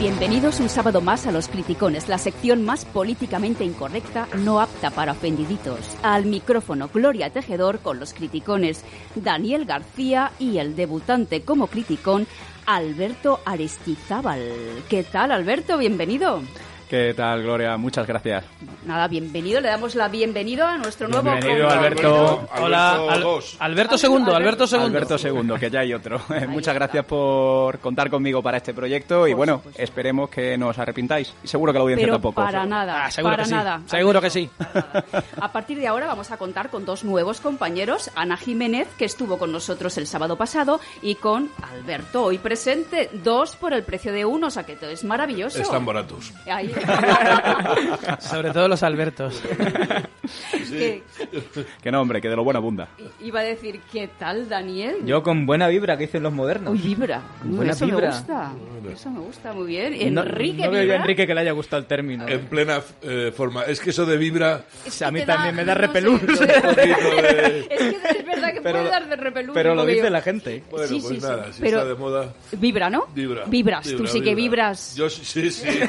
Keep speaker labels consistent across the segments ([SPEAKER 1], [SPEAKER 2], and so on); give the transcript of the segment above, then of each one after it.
[SPEAKER 1] Bienvenidos un sábado más a Los Criticones, la sección más políticamente incorrecta, no apta para ofendiditos. Al micrófono Gloria Tejedor con los criticones Daniel García y el debutante como criticón Alberto Aristizábal. ¿Qué tal, Alberto? Bienvenido.
[SPEAKER 2] ¿Qué tal, Gloria? Muchas gracias.
[SPEAKER 1] Nada, bienvenido, le damos la bienvenida a nuestro nuevo
[SPEAKER 2] Bienvenido,
[SPEAKER 1] compañero.
[SPEAKER 2] Alberto.
[SPEAKER 3] Hola,
[SPEAKER 4] Alberto
[SPEAKER 3] Al-
[SPEAKER 4] dos.
[SPEAKER 3] Alberto segundo, Alberto segundo.
[SPEAKER 2] Alberto segundo, que ya hay otro. Muchas
[SPEAKER 1] está.
[SPEAKER 2] gracias por contar conmigo para este proyecto y
[SPEAKER 1] Por
[SPEAKER 2] bueno,
[SPEAKER 1] supuesto.
[SPEAKER 2] esperemos que no os arrepintáis. Y seguro que la audiencia
[SPEAKER 1] Pero
[SPEAKER 2] tampoco.
[SPEAKER 1] para nada,
[SPEAKER 3] Ah, seguro
[SPEAKER 1] para
[SPEAKER 3] que sí,
[SPEAKER 1] nada.
[SPEAKER 3] seguro que sí.
[SPEAKER 1] para nada. A partir de ahora vamos a contar con dos nuevos compañeros, Ana Jiménez, que estuvo con nosotros el sábado pasado, y con Alberto, hoy presente, dos por el precio de uno, o sea que todo es maravilloso.
[SPEAKER 4] Están baratos.
[SPEAKER 1] Ahí.
[SPEAKER 3] Sobre todo los Albertos.
[SPEAKER 1] Que-
[SPEAKER 2] Que no, hombre, que de lo bueno abunda.
[SPEAKER 1] iba a decir, ¿qué tal, Daniel?
[SPEAKER 5] Yo con buena vibra que dicen los modernos.
[SPEAKER 1] Uy, vibra. Uy,
[SPEAKER 5] Buena
[SPEAKER 1] eso
[SPEAKER 5] vibra.
[SPEAKER 1] me gusta. Eso me gusta muy bien.
[SPEAKER 5] No-
[SPEAKER 1] Enrique
[SPEAKER 5] no, veo yo
[SPEAKER 1] Vibra.
[SPEAKER 5] a Enrique que le haya gustado el término.
[SPEAKER 4] En plena eh, forma. Es que eso de vibra.
[SPEAKER 1] Es
[SPEAKER 5] A
[SPEAKER 1] que
[SPEAKER 5] mí
[SPEAKER 1] te
[SPEAKER 5] también me da
[SPEAKER 1] no sé,
[SPEAKER 5] repelús. ¿eh?
[SPEAKER 1] yo-
[SPEAKER 5] Un poquito
[SPEAKER 4] de-
[SPEAKER 1] es que es verdad que
[SPEAKER 5] Pero-
[SPEAKER 1] puede dar de repelús.
[SPEAKER 5] Pero lo
[SPEAKER 1] digo
[SPEAKER 5] dice
[SPEAKER 1] yo.
[SPEAKER 5] la gente.
[SPEAKER 4] Bueno,
[SPEAKER 1] Sí,
[SPEAKER 4] pues
[SPEAKER 1] sí, sí.
[SPEAKER 4] nada, si
[SPEAKER 1] Pero-
[SPEAKER 4] está de moda.
[SPEAKER 1] Vibra, ¿no?
[SPEAKER 4] Vibra.
[SPEAKER 1] Vibras, tú
[SPEAKER 4] Vibra,
[SPEAKER 1] sí que
[SPEAKER 4] vibra.
[SPEAKER 1] vibras.
[SPEAKER 4] Yo sí, sí, sí.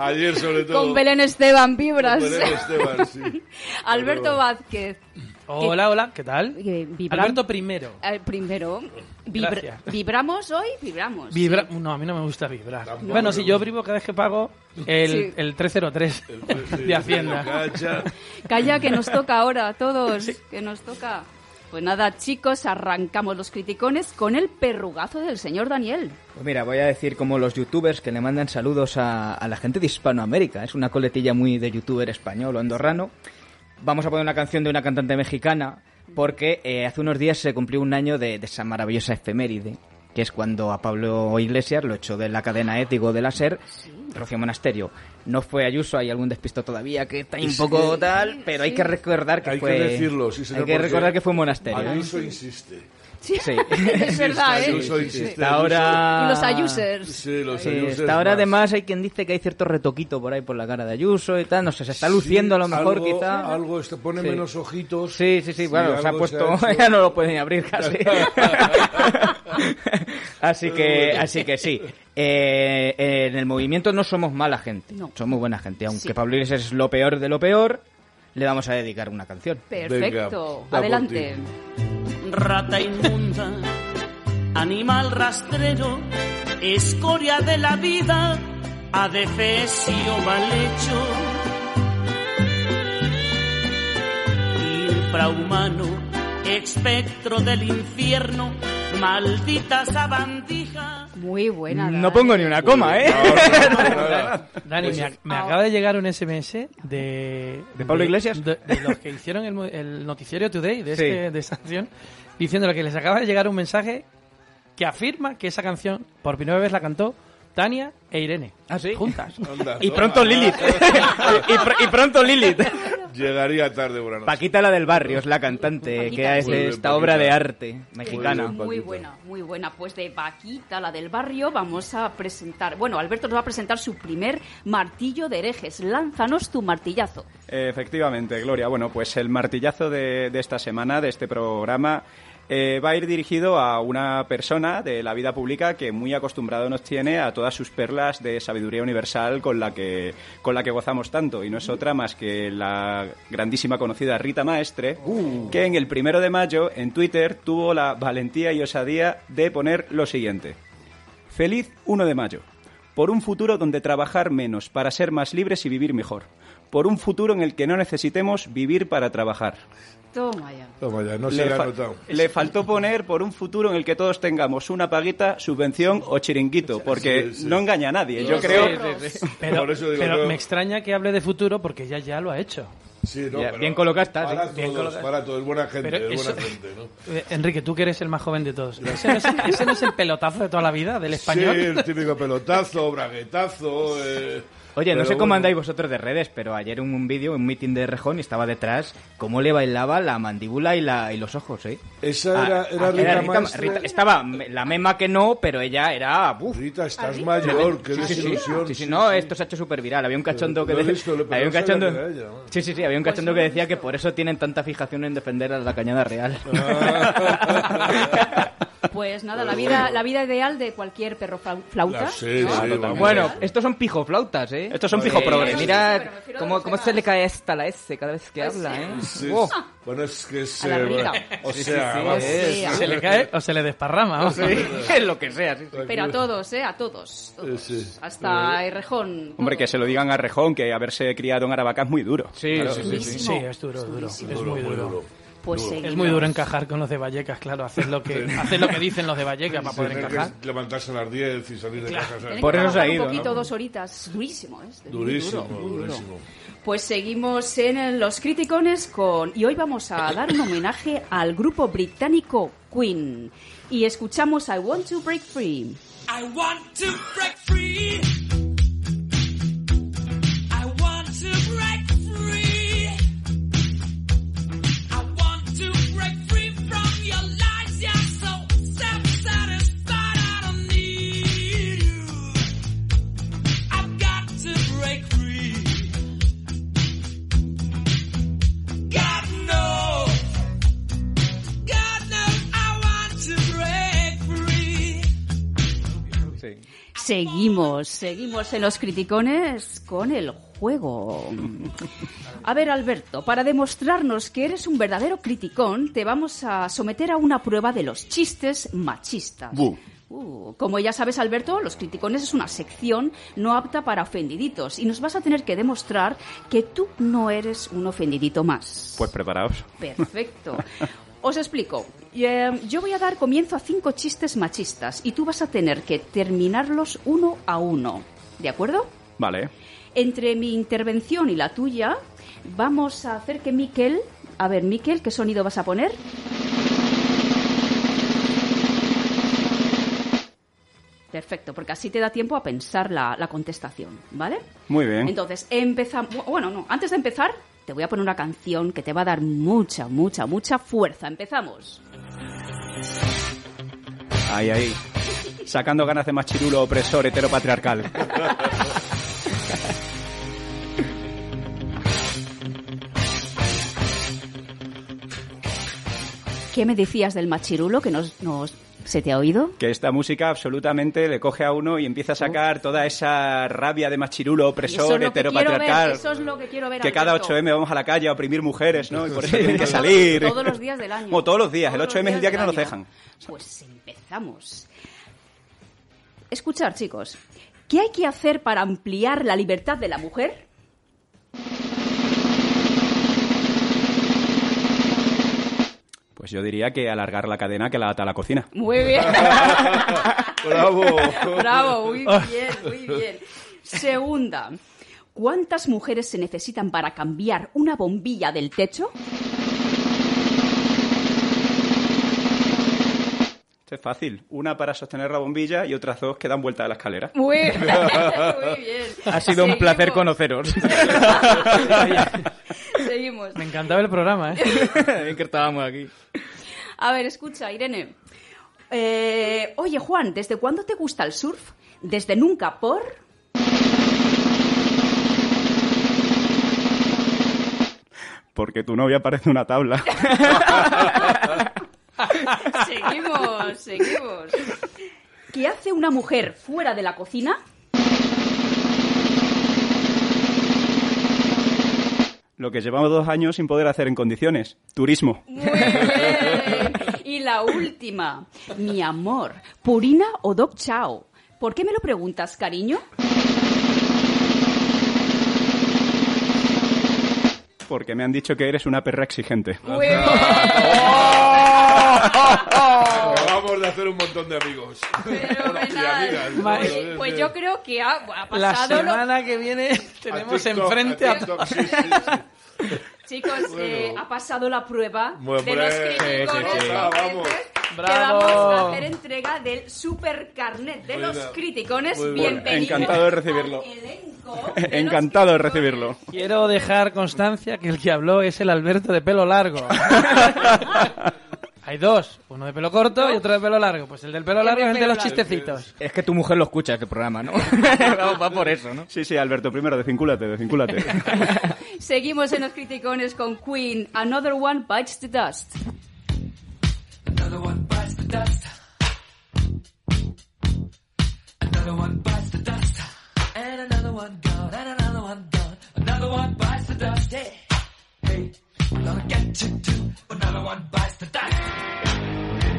[SPEAKER 4] Ayer sobre todo.
[SPEAKER 1] Con Belén Esteban
[SPEAKER 4] Con
[SPEAKER 1] vibras.
[SPEAKER 4] Belén Esteban, sí.
[SPEAKER 1] Alberto
[SPEAKER 4] Pero-
[SPEAKER 1] Vázquez.
[SPEAKER 3] Hola, hola, ¿qué tal?
[SPEAKER 1] Eh, vibran-
[SPEAKER 3] Alberto primero.
[SPEAKER 1] eh, primero, vibra-
[SPEAKER 3] Gracias.
[SPEAKER 1] ¿vibramos hoy? Vibramos. ¿eh?
[SPEAKER 3] Vibra... No, a mí no me gusta vibrar.
[SPEAKER 4] Tampoco
[SPEAKER 3] bueno,
[SPEAKER 4] me
[SPEAKER 3] si
[SPEAKER 4] gusta.
[SPEAKER 3] yo vivo cada vez que pago el,
[SPEAKER 1] Sí.
[SPEAKER 3] el 303
[SPEAKER 4] Sí,
[SPEAKER 3] de Hacienda.
[SPEAKER 4] Cacha.
[SPEAKER 1] Calla, que nos toca ahora a todos, que nos toca. Pues nada, chicos, arrancamos los criticones con el perrugazo del señor Daniel.
[SPEAKER 5] Pues mira, voy a decir como los youtubers que le mandan saludos a, a la gente de Hispanoamérica. Es una coletilla muy de youtuber español o andorrano. Vamos a poner una canción de una cantante mexicana porque eh, hace unos días se cumplió un año de, de esa maravillosa efeméride que es cuando a Pablo Iglesias lo echó de la cadena ético de la SER, Rocío Monasterio. No fue Ayuso, hay algún despisto todavía que está ahí un poco tal, pero hay que recordar que
[SPEAKER 4] Hay que
[SPEAKER 5] fue...
[SPEAKER 4] decirlo, sí, señor,
[SPEAKER 5] Hay que
[SPEAKER 4] porque
[SPEAKER 5] recordar que fue Monasterio. ¿eh?
[SPEAKER 4] Ayuso insiste.
[SPEAKER 1] Sí,
[SPEAKER 5] Sí.
[SPEAKER 1] es verdad, ¿eh?
[SPEAKER 4] Ayuso
[SPEAKER 1] Sí.
[SPEAKER 4] insiste.
[SPEAKER 5] Ahora...
[SPEAKER 1] Y los ayusers.
[SPEAKER 4] Sí, los
[SPEAKER 5] Sí,
[SPEAKER 4] Ayusos
[SPEAKER 5] hasta Eh, ahora
[SPEAKER 4] más.
[SPEAKER 5] además hay quien dice que hay cierto retoquito por ahí por la cara de Ayuso y tal, no sé, se está luciendo a lo
[SPEAKER 4] Sí,
[SPEAKER 5] mejor
[SPEAKER 4] algo-
[SPEAKER 5] quizá.
[SPEAKER 4] Algo está- pone
[SPEAKER 5] Sí.
[SPEAKER 4] menos ojitos.
[SPEAKER 5] Sí, sí, sí, bueno, se ha
[SPEAKER 4] algo
[SPEAKER 5] puesto,
[SPEAKER 4] hecho.
[SPEAKER 5] ya no lo pueden abrir casi. así que, así que sí. Eh, eh, en el movimiento no somos mala gente,
[SPEAKER 1] No.
[SPEAKER 5] somos buena gente, aunque
[SPEAKER 1] Sí.
[SPEAKER 5] Pablo Iglesias es lo peor de lo peor, le vamos a dedicar una canción.
[SPEAKER 1] Perfecto.
[SPEAKER 4] Venga, da
[SPEAKER 1] Adelante.
[SPEAKER 6] Rata inmunda, animal rastrero, escoria de la vida, adefesio mal hecho. Infrahumano, espectro del infierno, maldita sabandija.
[SPEAKER 1] Muy buena.
[SPEAKER 5] No
[SPEAKER 1] Dani.
[SPEAKER 5] pongo ni una coma, ¿eh?
[SPEAKER 3] Dani, me, ac- me acaba de llegar un SMS de...
[SPEAKER 5] ¿De Pablo Iglesias?
[SPEAKER 3] De, de los que hicieron el, mo- el noticiero Today de,
[SPEAKER 5] Sí.
[SPEAKER 3] este, de esta canción, diciéndole que les acaba de llegar un mensaje que afirma que esa canción por primera vez la cantó Tania e Irene.
[SPEAKER 5] ¿Ah, sí?
[SPEAKER 3] Juntas.
[SPEAKER 4] Anda,
[SPEAKER 5] Y
[SPEAKER 4] toma.
[SPEAKER 5] pronto Lilith. y, pr- y pronto Lilith.
[SPEAKER 4] Llegaría tarde buena noche.
[SPEAKER 5] Paquita la del barrio es la cantante
[SPEAKER 1] Paquita.
[SPEAKER 5] que es
[SPEAKER 4] Muy bien,
[SPEAKER 5] esta
[SPEAKER 4] Paquita.
[SPEAKER 5] obra de arte
[SPEAKER 4] Muy
[SPEAKER 5] mexicana.
[SPEAKER 4] bien.
[SPEAKER 1] Muy
[SPEAKER 4] Paquita.
[SPEAKER 1] buena, muy buena. Pues de Paquita, la del barrio, vamos a presentar. Bueno, Alberto nos va a presentar su primer martillo de herejes. Lánzanos tu martillazo.
[SPEAKER 2] Efectivamente, Gloria. Bueno, pues el martillazo de, de esta semana, de este programa, eh, va a ir dirigido a una persona de la vida pública que muy acostumbrado nos tiene a todas sus perlas de sabiduría universal con la que, con la que gozamos tanto. Y no es otra más que la grandísima conocida Rita Maestre, que en el primero de mayo en Twitter tuvo la valentía y osadía de poner lo siguiente. Feliz 1 de mayo. Por un futuro donde trabajar menos para ser más libres y vivir mejor. Por un futuro en el que no necesitemos vivir para trabajar.
[SPEAKER 1] Toma ya.
[SPEAKER 4] Toma ya, no se le ha
[SPEAKER 2] fa-
[SPEAKER 4] notado.
[SPEAKER 2] le faltó poner por un futuro en el que todos tengamos una paguita, subvención o chiringuito, porque
[SPEAKER 4] Sí, sí.
[SPEAKER 2] no engaña a nadie. Yo
[SPEAKER 1] Sí,
[SPEAKER 2] creo.
[SPEAKER 1] sí, sí.
[SPEAKER 3] Pero,
[SPEAKER 4] Por eso digo,
[SPEAKER 3] pero
[SPEAKER 4] no.
[SPEAKER 3] me extraña que hable de futuro porque ya ya lo ha hecho.
[SPEAKER 4] Sí, no,
[SPEAKER 5] Ya,
[SPEAKER 4] pero
[SPEAKER 5] bien colocada está,
[SPEAKER 4] Para
[SPEAKER 5] sí,
[SPEAKER 4] todos,
[SPEAKER 3] bien colocada.
[SPEAKER 4] para todos, buena gente,
[SPEAKER 3] Pero
[SPEAKER 4] buena
[SPEAKER 3] eso-
[SPEAKER 4] gente, ¿no?
[SPEAKER 3] Eh, Enrique, tú que eres el más joven de todos. ¿Ese no es, ese no es el pelotazo de toda la vida del español?
[SPEAKER 4] Sí, el típico pelotazo, braguetazo. eh,
[SPEAKER 5] Oye, no
[SPEAKER 4] pero
[SPEAKER 5] sé cómo
[SPEAKER 4] bueno.
[SPEAKER 5] andáis vosotros de redes, pero ayer un, un vídeo, un mitin de Rejón, y estaba detrás cómo le bailaba la mandíbula y, la, y los ojos, ¿eh?
[SPEAKER 4] Esa era,
[SPEAKER 5] Ah,
[SPEAKER 4] era
[SPEAKER 5] ah,
[SPEAKER 4] Rita,
[SPEAKER 5] Ma-
[SPEAKER 4] Maestre.
[SPEAKER 5] Rita- Estaba me- la mema que no, pero ella era... ¡buf!
[SPEAKER 4] Rita, estás mayor, qué
[SPEAKER 5] Sí, sí, sí.
[SPEAKER 4] desilusión.
[SPEAKER 5] Sí, sí, no, esto se ha hecho súper viral. Había un cachondo que...
[SPEAKER 4] Lo he
[SPEAKER 5] de-
[SPEAKER 4] visto, lo- pero
[SPEAKER 5] había un
[SPEAKER 4] no sabía
[SPEAKER 5] cachondo...
[SPEAKER 4] que era ella, ¿no?
[SPEAKER 5] Sí, sí, sí, había un cachondo que
[SPEAKER 4] Ah.
[SPEAKER 5] decía que por eso tienen tanta fijación en defender a la cañada real.
[SPEAKER 1] Pues nada, la vida, la vida ideal de cualquier perro flau- flauta.
[SPEAKER 4] La- sí,
[SPEAKER 1] ¿no?
[SPEAKER 4] sí,
[SPEAKER 1] Totalmente.
[SPEAKER 4] vamos.
[SPEAKER 5] Bueno, estos son pijoflautas, ¿eh?
[SPEAKER 2] Estos son
[SPEAKER 5] Eh,
[SPEAKER 2] pijoprogres.
[SPEAKER 1] Sí, pero me
[SPEAKER 5] Mira
[SPEAKER 1] refiero a
[SPEAKER 5] cómo,
[SPEAKER 1] los
[SPEAKER 5] cómo
[SPEAKER 1] demás.
[SPEAKER 5] se le cae hasta la S cada vez que
[SPEAKER 1] Pues
[SPEAKER 5] habla,
[SPEAKER 1] sí.
[SPEAKER 5] ¿eh?
[SPEAKER 4] Sí,
[SPEAKER 5] Oh.
[SPEAKER 4] sí. Bueno, es que es.
[SPEAKER 1] A la
[SPEAKER 4] eh,
[SPEAKER 1] briga.
[SPEAKER 4] bueno, o
[SPEAKER 5] Sí, sí,
[SPEAKER 4] sea,
[SPEAKER 5] sí,
[SPEAKER 4] vamos,
[SPEAKER 1] sí,
[SPEAKER 3] Se le cae o se le desparrama. vamos.
[SPEAKER 5] Sí, lo que sea. sí, sí.
[SPEAKER 1] Pero a todos, ¿eh? A todos. todos.
[SPEAKER 4] Sí, sí.
[SPEAKER 1] Hasta Errejón.
[SPEAKER 2] Hombre, que
[SPEAKER 1] todos.
[SPEAKER 2] se lo digan a Rejón, que haberse criado en Aravaca es muy duro.
[SPEAKER 5] Sí, sí, sí, sí.
[SPEAKER 3] Sí, es duro, es duro. Es muy duro.
[SPEAKER 1] Pues
[SPEAKER 3] Es
[SPEAKER 1] seguimos.
[SPEAKER 3] muy duro encajar con los de Vallecas, claro. Hacer lo que, hacer lo que dicen los de Vallecas para poder
[SPEAKER 4] Tener que
[SPEAKER 3] encajar.
[SPEAKER 4] levantarse a las 10 y salir de casa. o sea,
[SPEAKER 1] Tiene que
[SPEAKER 5] Por eso se ha
[SPEAKER 1] trabajar
[SPEAKER 5] ido,
[SPEAKER 1] Un poquito,
[SPEAKER 5] ¿no?
[SPEAKER 1] dos horitas. Durísimo, ¿eh? Es muy
[SPEAKER 4] Durísimo,
[SPEAKER 1] duro, muy duro.
[SPEAKER 4] durísimo.
[SPEAKER 1] Pues seguimos en Los Criticones con... Y hoy vamos a dar un homenaje al grupo británico Queen. Y escuchamos I Want to Break Free.
[SPEAKER 7] I want to break free. I want to break free. I want to break free from your lies. You're so self-satisfied. I don't need you. I've got to break free. God knows. God knows I want to break free.
[SPEAKER 1] Seguimos, seguimos en Los Criticones con el juego. A ver, Alberto, para demostrarnos que eres un verdadero criticón, te vamos a someter a una prueba de los chistes machistas.
[SPEAKER 4] Bu.
[SPEAKER 1] Uh, como ya sabes, Alberto, Los Criticones es una sección no apta para ofendiditos y nos vas a tener que demostrar que tú no eres un ofendidito más.
[SPEAKER 2] Pues preparaos.
[SPEAKER 1] Perfecto. Os explico. Y, eh, yo voy a dar comienzo a cinco chistes machistas y tú vas a tener que terminarlos uno a uno. ¿De acuerdo?
[SPEAKER 2] Vale.
[SPEAKER 1] Entre mi intervención y la tuya, vamos a hacer que Miquel. A ver, Miquel, ¿qué sonido vas a poner? Perfecto, porque así te da tiempo a pensar la, la contestación, ¿vale?
[SPEAKER 2] Muy bien.
[SPEAKER 1] Entonces, empezamos. Bueno, no, antes de empezar, te voy a poner una canción que te va a dar mucha, mucha, mucha fuerza. Empezamos.
[SPEAKER 2] Ahí, ahí. Sacando ganas de más chirulo opresor heteropatriarcal.
[SPEAKER 1] ¿Qué me decías del machirulo que nos, nos- se te ha oído?
[SPEAKER 2] Que esta música absolutamente le coge a uno y empieza a sacar toda esa rabia de
[SPEAKER 1] Eso
[SPEAKER 2] machirulo
[SPEAKER 1] es lo que
[SPEAKER 2] opresor
[SPEAKER 1] quiero ver,
[SPEAKER 2] heteropatriarcal.
[SPEAKER 1] eso es lo que quiero ver.
[SPEAKER 2] que cada
[SPEAKER 1] Alberto.
[SPEAKER 2] 8M vamos a la calle a oprimir mujeres, ¿no? Y por eso tienen que
[SPEAKER 1] Todos-
[SPEAKER 2] salir.
[SPEAKER 1] Todos los días del año.
[SPEAKER 2] Como todos los días.
[SPEAKER 1] Todos los
[SPEAKER 2] el 8M es el día que
[SPEAKER 1] días
[SPEAKER 2] no nos
[SPEAKER 1] del
[SPEAKER 2] dejan.
[SPEAKER 1] año. Pues empezamos. Escuchar, chicos. ¿Qué hay que hacer para ampliar la libertad de la mujer?
[SPEAKER 2] Pues yo diría que alargar la cadena que la ata a la cocina.
[SPEAKER 1] Muy bien.
[SPEAKER 4] Bravo.
[SPEAKER 1] Bravo, muy bien, muy bien. Segunda. ¿Cuántas mujeres se necesitan para cambiar una bombilla del techo?
[SPEAKER 2] Esto es fácil. Una para sostener la bombilla y otras dos que dan vuelta a la escalera.
[SPEAKER 1] Muy bien. Muy bien.
[SPEAKER 5] Ha sido un placer
[SPEAKER 1] Seguimos,
[SPEAKER 5] conoceros.
[SPEAKER 1] Seguimos.
[SPEAKER 3] Me encantaba el programa, ¿eh?
[SPEAKER 5] Bien que estábamos aquí.
[SPEAKER 1] A ver, escucha, Irene. Eh, oye, Juan, ¿desde cuándo te gusta el surf? Desde nunca, por.
[SPEAKER 2] Porque tu novia parece una tabla.
[SPEAKER 1] Seguimos, seguimos. ¿Qué hace una mujer fuera de la cocina?
[SPEAKER 2] Lo que llevamos dos años sin poder hacer en condiciones. Turismo.
[SPEAKER 1] Muy bien. Y la última. Mi amor, ¿Purina o Doc Chao? ¿Por qué me lo preguntas, cariño?
[SPEAKER 2] Porque me han dicho que eres una perra exigente.
[SPEAKER 1] Muy bien.
[SPEAKER 4] Acabamos de hacer un montón de amigos. Y amigas, ¿no?
[SPEAKER 1] Fenomenal. Oye,
[SPEAKER 4] Bien,
[SPEAKER 1] pues
[SPEAKER 4] bien.
[SPEAKER 1] yo creo que ha, ha
[SPEAKER 3] La
[SPEAKER 1] pasado lo
[SPEAKER 3] semana que viene tenemos
[SPEAKER 4] TikTok,
[SPEAKER 3] enfrente a...
[SPEAKER 4] TikTok, sí, sí, sí.
[SPEAKER 1] Chicos, eh, ha pasado la prueba
[SPEAKER 4] Bueno,
[SPEAKER 1] de los
[SPEAKER 4] hombre.
[SPEAKER 1] criticones
[SPEAKER 4] Sí, sí, sí.
[SPEAKER 1] Vamos.
[SPEAKER 4] Vamos.
[SPEAKER 1] que
[SPEAKER 3] Bravo.
[SPEAKER 1] vamos a hacer entrega del super carnet de
[SPEAKER 4] Muy
[SPEAKER 1] los
[SPEAKER 4] bien.
[SPEAKER 1] criticones.
[SPEAKER 4] Muy bien.
[SPEAKER 1] Bienvenido.
[SPEAKER 2] Encantado de recibirlo. Encantado de recibirlo.
[SPEAKER 3] Quiero dejar constancia que el que habló es el Alberto de pelo largo. Hay dos, uno de pelo corto y otro de pelo largo. Pues el del pelo
[SPEAKER 1] El de
[SPEAKER 3] largo es el de
[SPEAKER 1] pelo
[SPEAKER 3] los
[SPEAKER 1] largo.
[SPEAKER 3] chistecitos.
[SPEAKER 5] Es que tu mujer lo escucha este programa, ¿no? va, va por eso, ¿no?
[SPEAKER 2] Sí, sí, Alberto, primero, desvincúlate, desvincúlate.
[SPEAKER 1] Seguimos en los criticones con Queen. Another one bites the dust.
[SPEAKER 7] Another one bites the dust. one gone, and another one gone. Another one bites the dust. Hey, hey, I'm gonna get you too. Another one bites the dust.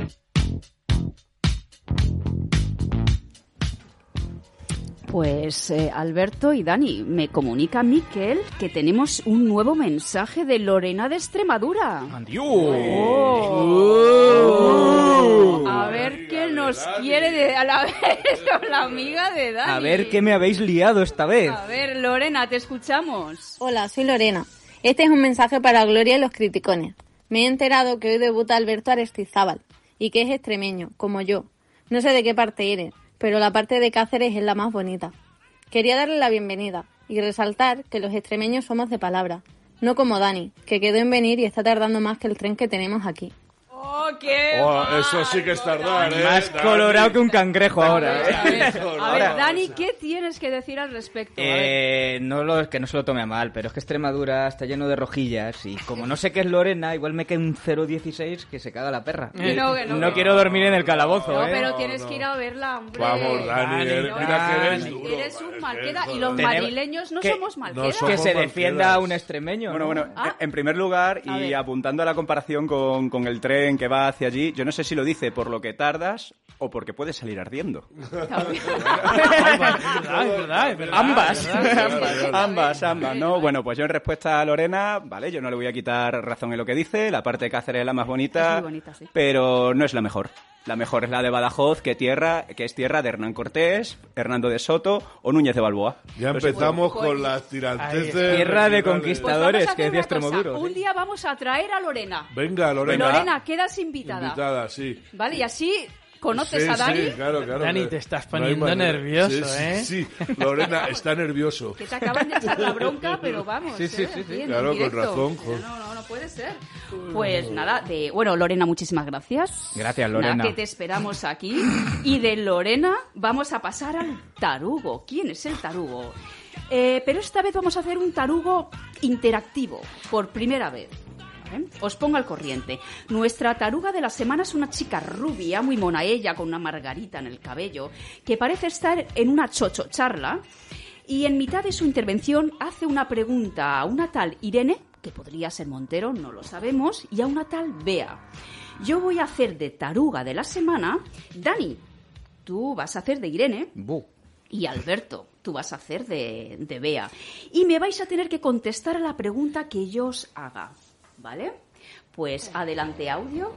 [SPEAKER 1] Pues eh, Alberto y Dani, me comunica Miquel que tenemos un nuevo mensaje de Lorena de Extremadura. Oh. A ver qué nos quiere de, a la vez con la amiga de Dani.
[SPEAKER 5] A ver qué me habéis liado esta vez.
[SPEAKER 1] A ver, Lorena, te escuchamos.
[SPEAKER 8] Hola, soy Lorena. Este es un mensaje para Gloria y los criticones. Me he enterado que hoy debuta Alberto Arestizábal y que es extremeño, como yo. No sé de qué parte eres, pero la parte de Cáceres es la más bonita. Quería darle la bienvenida y resaltar que los extremeños somos de palabra, no como Dani, que quedó en venir y está tardando más que el tren que tenemos aquí.
[SPEAKER 1] Oh, qué
[SPEAKER 4] Oh, eso sí que es tardar, ¿eh?
[SPEAKER 5] Más
[SPEAKER 4] Dani.
[SPEAKER 5] colorado que un cangrejo ahora. ¿eh?
[SPEAKER 1] A ver, a ver,
[SPEAKER 4] Ahora.
[SPEAKER 1] Dani, ¿qué tienes que decir al respecto? A ver.
[SPEAKER 5] Eh, no lo, que no se lo tome a mal, pero es que Extremadura está lleno de rojillas y como no sé qué es Lorena, igual me cae un 016 que se caga la perra.
[SPEAKER 1] Que no, que no, que no.
[SPEAKER 5] quiero dormir en el calabozo,
[SPEAKER 1] No,
[SPEAKER 5] ¿eh?
[SPEAKER 1] pero
[SPEAKER 4] no,
[SPEAKER 1] tienes
[SPEAKER 4] no.
[SPEAKER 1] que ir a verla, hombre.
[SPEAKER 4] Vamos, Dani,
[SPEAKER 5] Dani,
[SPEAKER 4] eh,
[SPEAKER 1] No,
[SPEAKER 4] mira que eres
[SPEAKER 1] Dani,
[SPEAKER 4] duro.
[SPEAKER 1] eres un
[SPEAKER 4] es
[SPEAKER 1] malqueda
[SPEAKER 4] que,
[SPEAKER 1] y los
[SPEAKER 4] joder.
[SPEAKER 5] Tenemos-
[SPEAKER 1] madrileños no
[SPEAKER 5] que-
[SPEAKER 1] somos malquedas.
[SPEAKER 4] somos-
[SPEAKER 5] Que se
[SPEAKER 4] Somos
[SPEAKER 5] defienda
[SPEAKER 4] malquedas.
[SPEAKER 5] a un extremeño.
[SPEAKER 2] Bueno,
[SPEAKER 5] ¿no?
[SPEAKER 2] bueno,
[SPEAKER 1] Ah.
[SPEAKER 2] en primer lugar,
[SPEAKER 1] A
[SPEAKER 2] y
[SPEAKER 1] ver.
[SPEAKER 2] apuntando a la comparación con, con el tren que va hacia allí, yo no sé si lo dice por lo que tardas o porque puedes salir ardiendo.
[SPEAKER 1] Pues
[SPEAKER 3] Es verdad, es verdad, es verdad.
[SPEAKER 5] Ambas.
[SPEAKER 2] ambas, ambas, ¿no? Bueno, pues yo en respuesta a Lorena, vale, yo no le voy a quitar razón en lo que dice, la parte de Cáceres es la más bonita,
[SPEAKER 1] Es muy bonita, sí.
[SPEAKER 2] pero no es la mejor. La mejor es la de Badajoz, que, tierra, que es tierra de Hernán Cortés, Hernando de Soto o Núñez de Balboa.
[SPEAKER 4] Ya
[SPEAKER 3] Pues,
[SPEAKER 2] Los-
[SPEAKER 4] empezamos con las tiranteces.
[SPEAKER 5] Tierra de
[SPEAKER 4] regionales.
[SPEAKER 5] conquista.
[SPEAKER 1] Pues vamos a
[SPEAKER 5] Dores,
[SPEAKER 1] hacer
[SPEAKER 5] que decía
[SPEAKER 1] una cosa.
[SPEAKER 5] Extremoduro,
[SPEAKER 1] Un
[SPEAKER 5] sí.
[SPEAKER 1] día vamos a traer a Lorena.
[SPEAKER 4] Venga, ¿eh? Lorena.
[SPEAKER 1] Pues Lorena, quedas invitada.
[SPEAKER 4] Invitada, sí.
[SPEAKER 1] Vale, y así conoces
[SPEAKER 4] Sí,
[SPEAKER 1] a Dani.
[SPEAKER 4] sí, claro, claro.
[SPEAKER 3] Dani, te estás
[SPEAKER 4] No hay
[SPEAKER 3] poniendo
[SPEAKER 4] manera.
[SPEAKER 3] nervioso,
[SPEAKER 4] Sí, sí,
[SPEAKER 3] ¿eh?
[SPEAKER 4] Sí, Lorena está nervioso.
[SPEAKER 1] Que te acaban de echar la bronca, pero vamos.
[SPEAKER 5] Sí, sí,
[SPEAKER 1] ¿eh?
[SPEAKER 5] sí, sí.
[SPEAKER 1] Aquí en
[SPEAKER 4] Claro, con
[SPEAKER 1] directo.
[SPEAKER 4] razón,
[SPEAKER 1] No,
[SPEAKER 4] joder.
[SPEAKER 1] No, no, no puede ser. Pues nada, de bueno, Lorena, muchísimas gracias.
[SPEAKER 5] Gracias, Lorena.
[SPEAKER 1] Nada, que te esperamos aquí. Y de Lorena vamos a pasar al tarugo. ¿Quién es el tarugo? Eh, pero esta vez vamos a hacer un tarugo interactivo, por primera vez. ¿vale? Os pongo al corriente. Nuestra taruga de la semana es una chica rubia, muy mona ella, con una margarita en el cabello, que parece estar en una chocho charla y en mitad de su intervención hace una pregunta a una tal Irene, que podría ser Montero, no lo sabemos, y a una tal Bea. Yo voy a hacer de taruga de la semana, Dani, tú vas a hacer de Irene
[SPEAKER 5] Bu.
[SPEAKER 1] y Alberto, tú vas a hacer de, de Bea. Y me vais a tener que contestar a la pregunta que yo os haga, ¿vale? Pues adelante audio.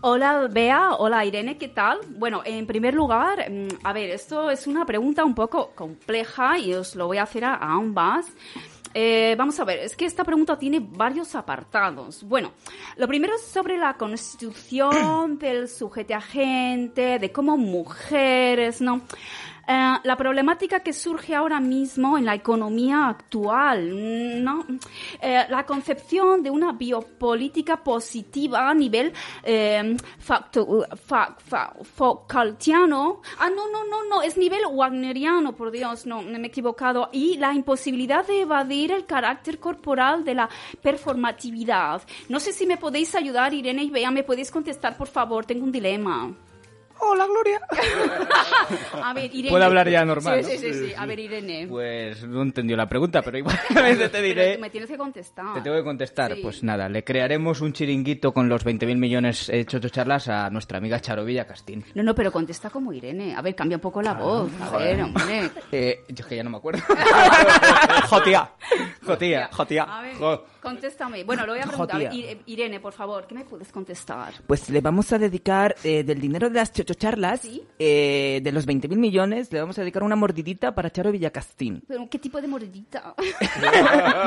[SPEAKER 1] Hola Bea, hola Irene, ¿qué tal? Bueno, en primer lugar, mm, a ver, esto es una pregunta un poco compleja y os lo voy a hacer a a ambas. Eh, vamos a ver, es que esta pregunta tiene varios apartados. Bueno, lo primero es sobre la constitución del sujeto agente, de cómo mujeres, ¿no? Eh, la problemática que surge ahora mismo en la economía actual, ¿no? Eh, la concepción de una biopolítica positiva a nivel eh, facto- fa- fa- Foucaultiano. Ah, no, no, no, no, es nivel wagneriano, por Dios, no, me he equivocado. Y la imposibilidad de evadir el carácter corporal de la performatividad. No sé si me podéis ayudar, Irene y Bea, ¿me podéis contestar, por favor? Tengo un dilema.
[SPEAKER 5] Hola, Gloria.
[SPEAKER 1] A ver, Irene.
[SPEAKER 5] Puedo hablar ya normal,
[SPEAKER 1] Sí, sí, sí, sí. A ver, Irene.
[SPEAKER 5] Pues no entendió la pregunta, pero igualmente te
[SPEAKER 1] Eh. Pero
[SPEAKER 5] diré.
[SPEAKER 1] tú me tienes que contestar.
[SPEAKER 5] Te tengo que contestar.
[SPEAKER 1] Sí.
[SPEAKER 5] Pues nada, le crearemos un chiringuito con los 20.000 millones eh, chocho charlas a nuestra amiga Charo Villa Castín.
[SPEAKER 1] No, no, pero contesta como Irene. A ver, cambia un poco la voz. A ver, hombre.
[SPEAKER 5] Eh, yo es que ya no me acuerdo. jotía. Jotía,
[SPEAKER 1] A ver,
[SPEAKER 4] Jo.
[SPEAKER 1] contéstame. Bueno, lo voy a preguntar. A ver,
[SPEAKER 9] Jotía.
[SPEAKER 1] Ir- Irene, por favor, ¿qué me puedes contestar?
[SPEAKER 9] Pues le vamos a dedicar eh, del dinero de las chochocharlas,
[SPEAKER 1] ¿Sí?
[SPEAKER 9] eh, de los 20.000 millones, le vamos a dedicar una mordidita para Charo Villacastín.
[SPEAKER 1] ¿Pero qué tipo de mordidita?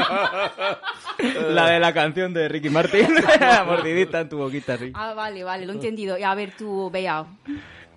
[SPEAKER 5] La de la canción de Ricky Ah, Martin. La mordidita en tu boquita, sí.
[SPEAKER 1] ah, vale, vale, lo he entendido. Y A ver, tú, Bea.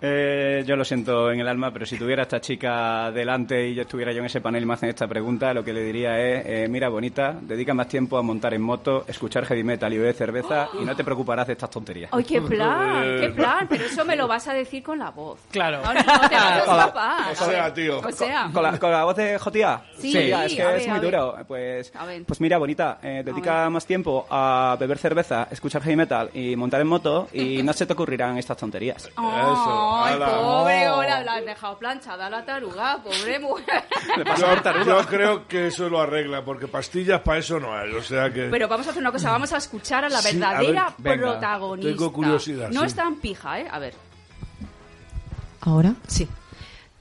[SPEAKER 2] Eh, yo lo siento en el alma, pero si tuviera esta chica delante y yo estuviera yo en ese panel y me hacen esta pregunta, lo que le diría es, eh, mira bonita, dedica más tiempo a montar en moto, escuchar heavy metal y beber cerveza y no te preocuparás de estas tonterías.
[SPEAKER 1] ¡Ay, qué plan! ¡Qué plan! Pero eso me lo vas a decir con la voz.
[SPEAKER 3] Claro.
[SPEAKER 1] No, no, no te vas a
[SPEAKER 2] Hola.
[SPEAKER 1] escapar.
[SPEAKER 4] O sea, tío.
[SPEAKER 1] O sea,
[SPEAKER 2] ¿Con la, con la voz de Jotía?
[SPEAKER 1] Sí,
[SPEAKER 2] Jotía, es
[SPEAKER 1] a
[SPEAKER 2] que
[SPEAKER 1] ver,
[SPEAKER 2] es muy
[SPEAKER 1] a ver.
[SPEAKER 2] duro. Pues,
[SPEAKER 1] A ver.
[SPEAKER 2] pues mira, bonita, eh, dedica más tiempo a beber cerveza, escuchar heavy metal y montar en moto y no se te ocurrirán estas tonterías.
[SPEAKER 4] Eso,
[SPEAKER 1] ¡Ay,
[SPEAKER 4] ala.
[SPEAKER 1] pobre! Ahora la has dejado planchada la taruga, pobre mujer.
[SPEAKER 2] Le pasa por
[SPEAKER 4] Yo,
[SPEAKER 2] tarugo.
[SPEAKER 4] yo creo que eso lo arregla, porque pastillas para eso no hay. O sea que.
[SPEAKER 1] Pero vamos a hacer una cosa, vamos a escuchar a la
[SPEAKER 4] Sí, a
[SPEAKER 1] verdadera
[SPEAKER 4] ver, venga,
[SPEAKER 1] protagonista.
[SPEAKER 4] tengo curiosidad,
[SPEAKER 1] No
[SPEAKER 4] sí.
[SPEAKER 1] es tan pija, ¿eh? A ver.
[SPEAKER 10] ¿Ahora? Sí.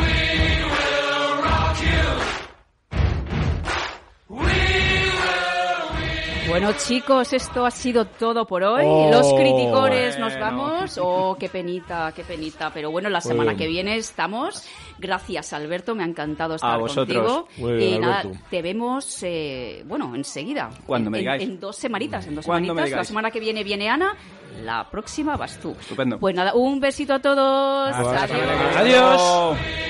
[SPEAKER 7] we will rock you.
[SPEAKER 1] Bueno, chicos, esto ha sido todo por hoy.
[SPEAKER 4] Oh,
[SPEAKER 1] Los criticones nos
[SPEAKER 2] bueno.
[SPEAKER 1] vamos. Oh, qué penita, qué penita. Pero bueno, la semana que viene estamos. Gracias, Alberto, me ha encantado estar
[SPEAKER 2] A vosotros.
[SPEAKER 1] contigo.
[SPEAKER 4] Muy bien,
[SPEAKER 1] y nada,
[SPEAKER 4] Alberto.
[SPEAKER 1] te vemos, eh, bueno, enseguida.
[SPEAKER 2] Cuando
[SPEAKER 1] En-
[SPEAKER 2] me
[SPEAKER 1] en-
[SPEAKER 2] digáis.
[SPEAKER 1] En, dos semanitas, en dos
[SPEAKER 2] Cuando me
[SPEAKER 1] semanitas. La
[SPEAKER 2] digáis.
[SPEAKER 1] semana que viene viene Ana, la próxima vas tú.
[SPEAKER 2] Estupendo.
[SPEAKER 1] Pues nada, un besito a todos.
[SPEAKER 4] Hasta la semana que
[SPEAKER 3] Adiós.
[SPEAKER 2] Adiós.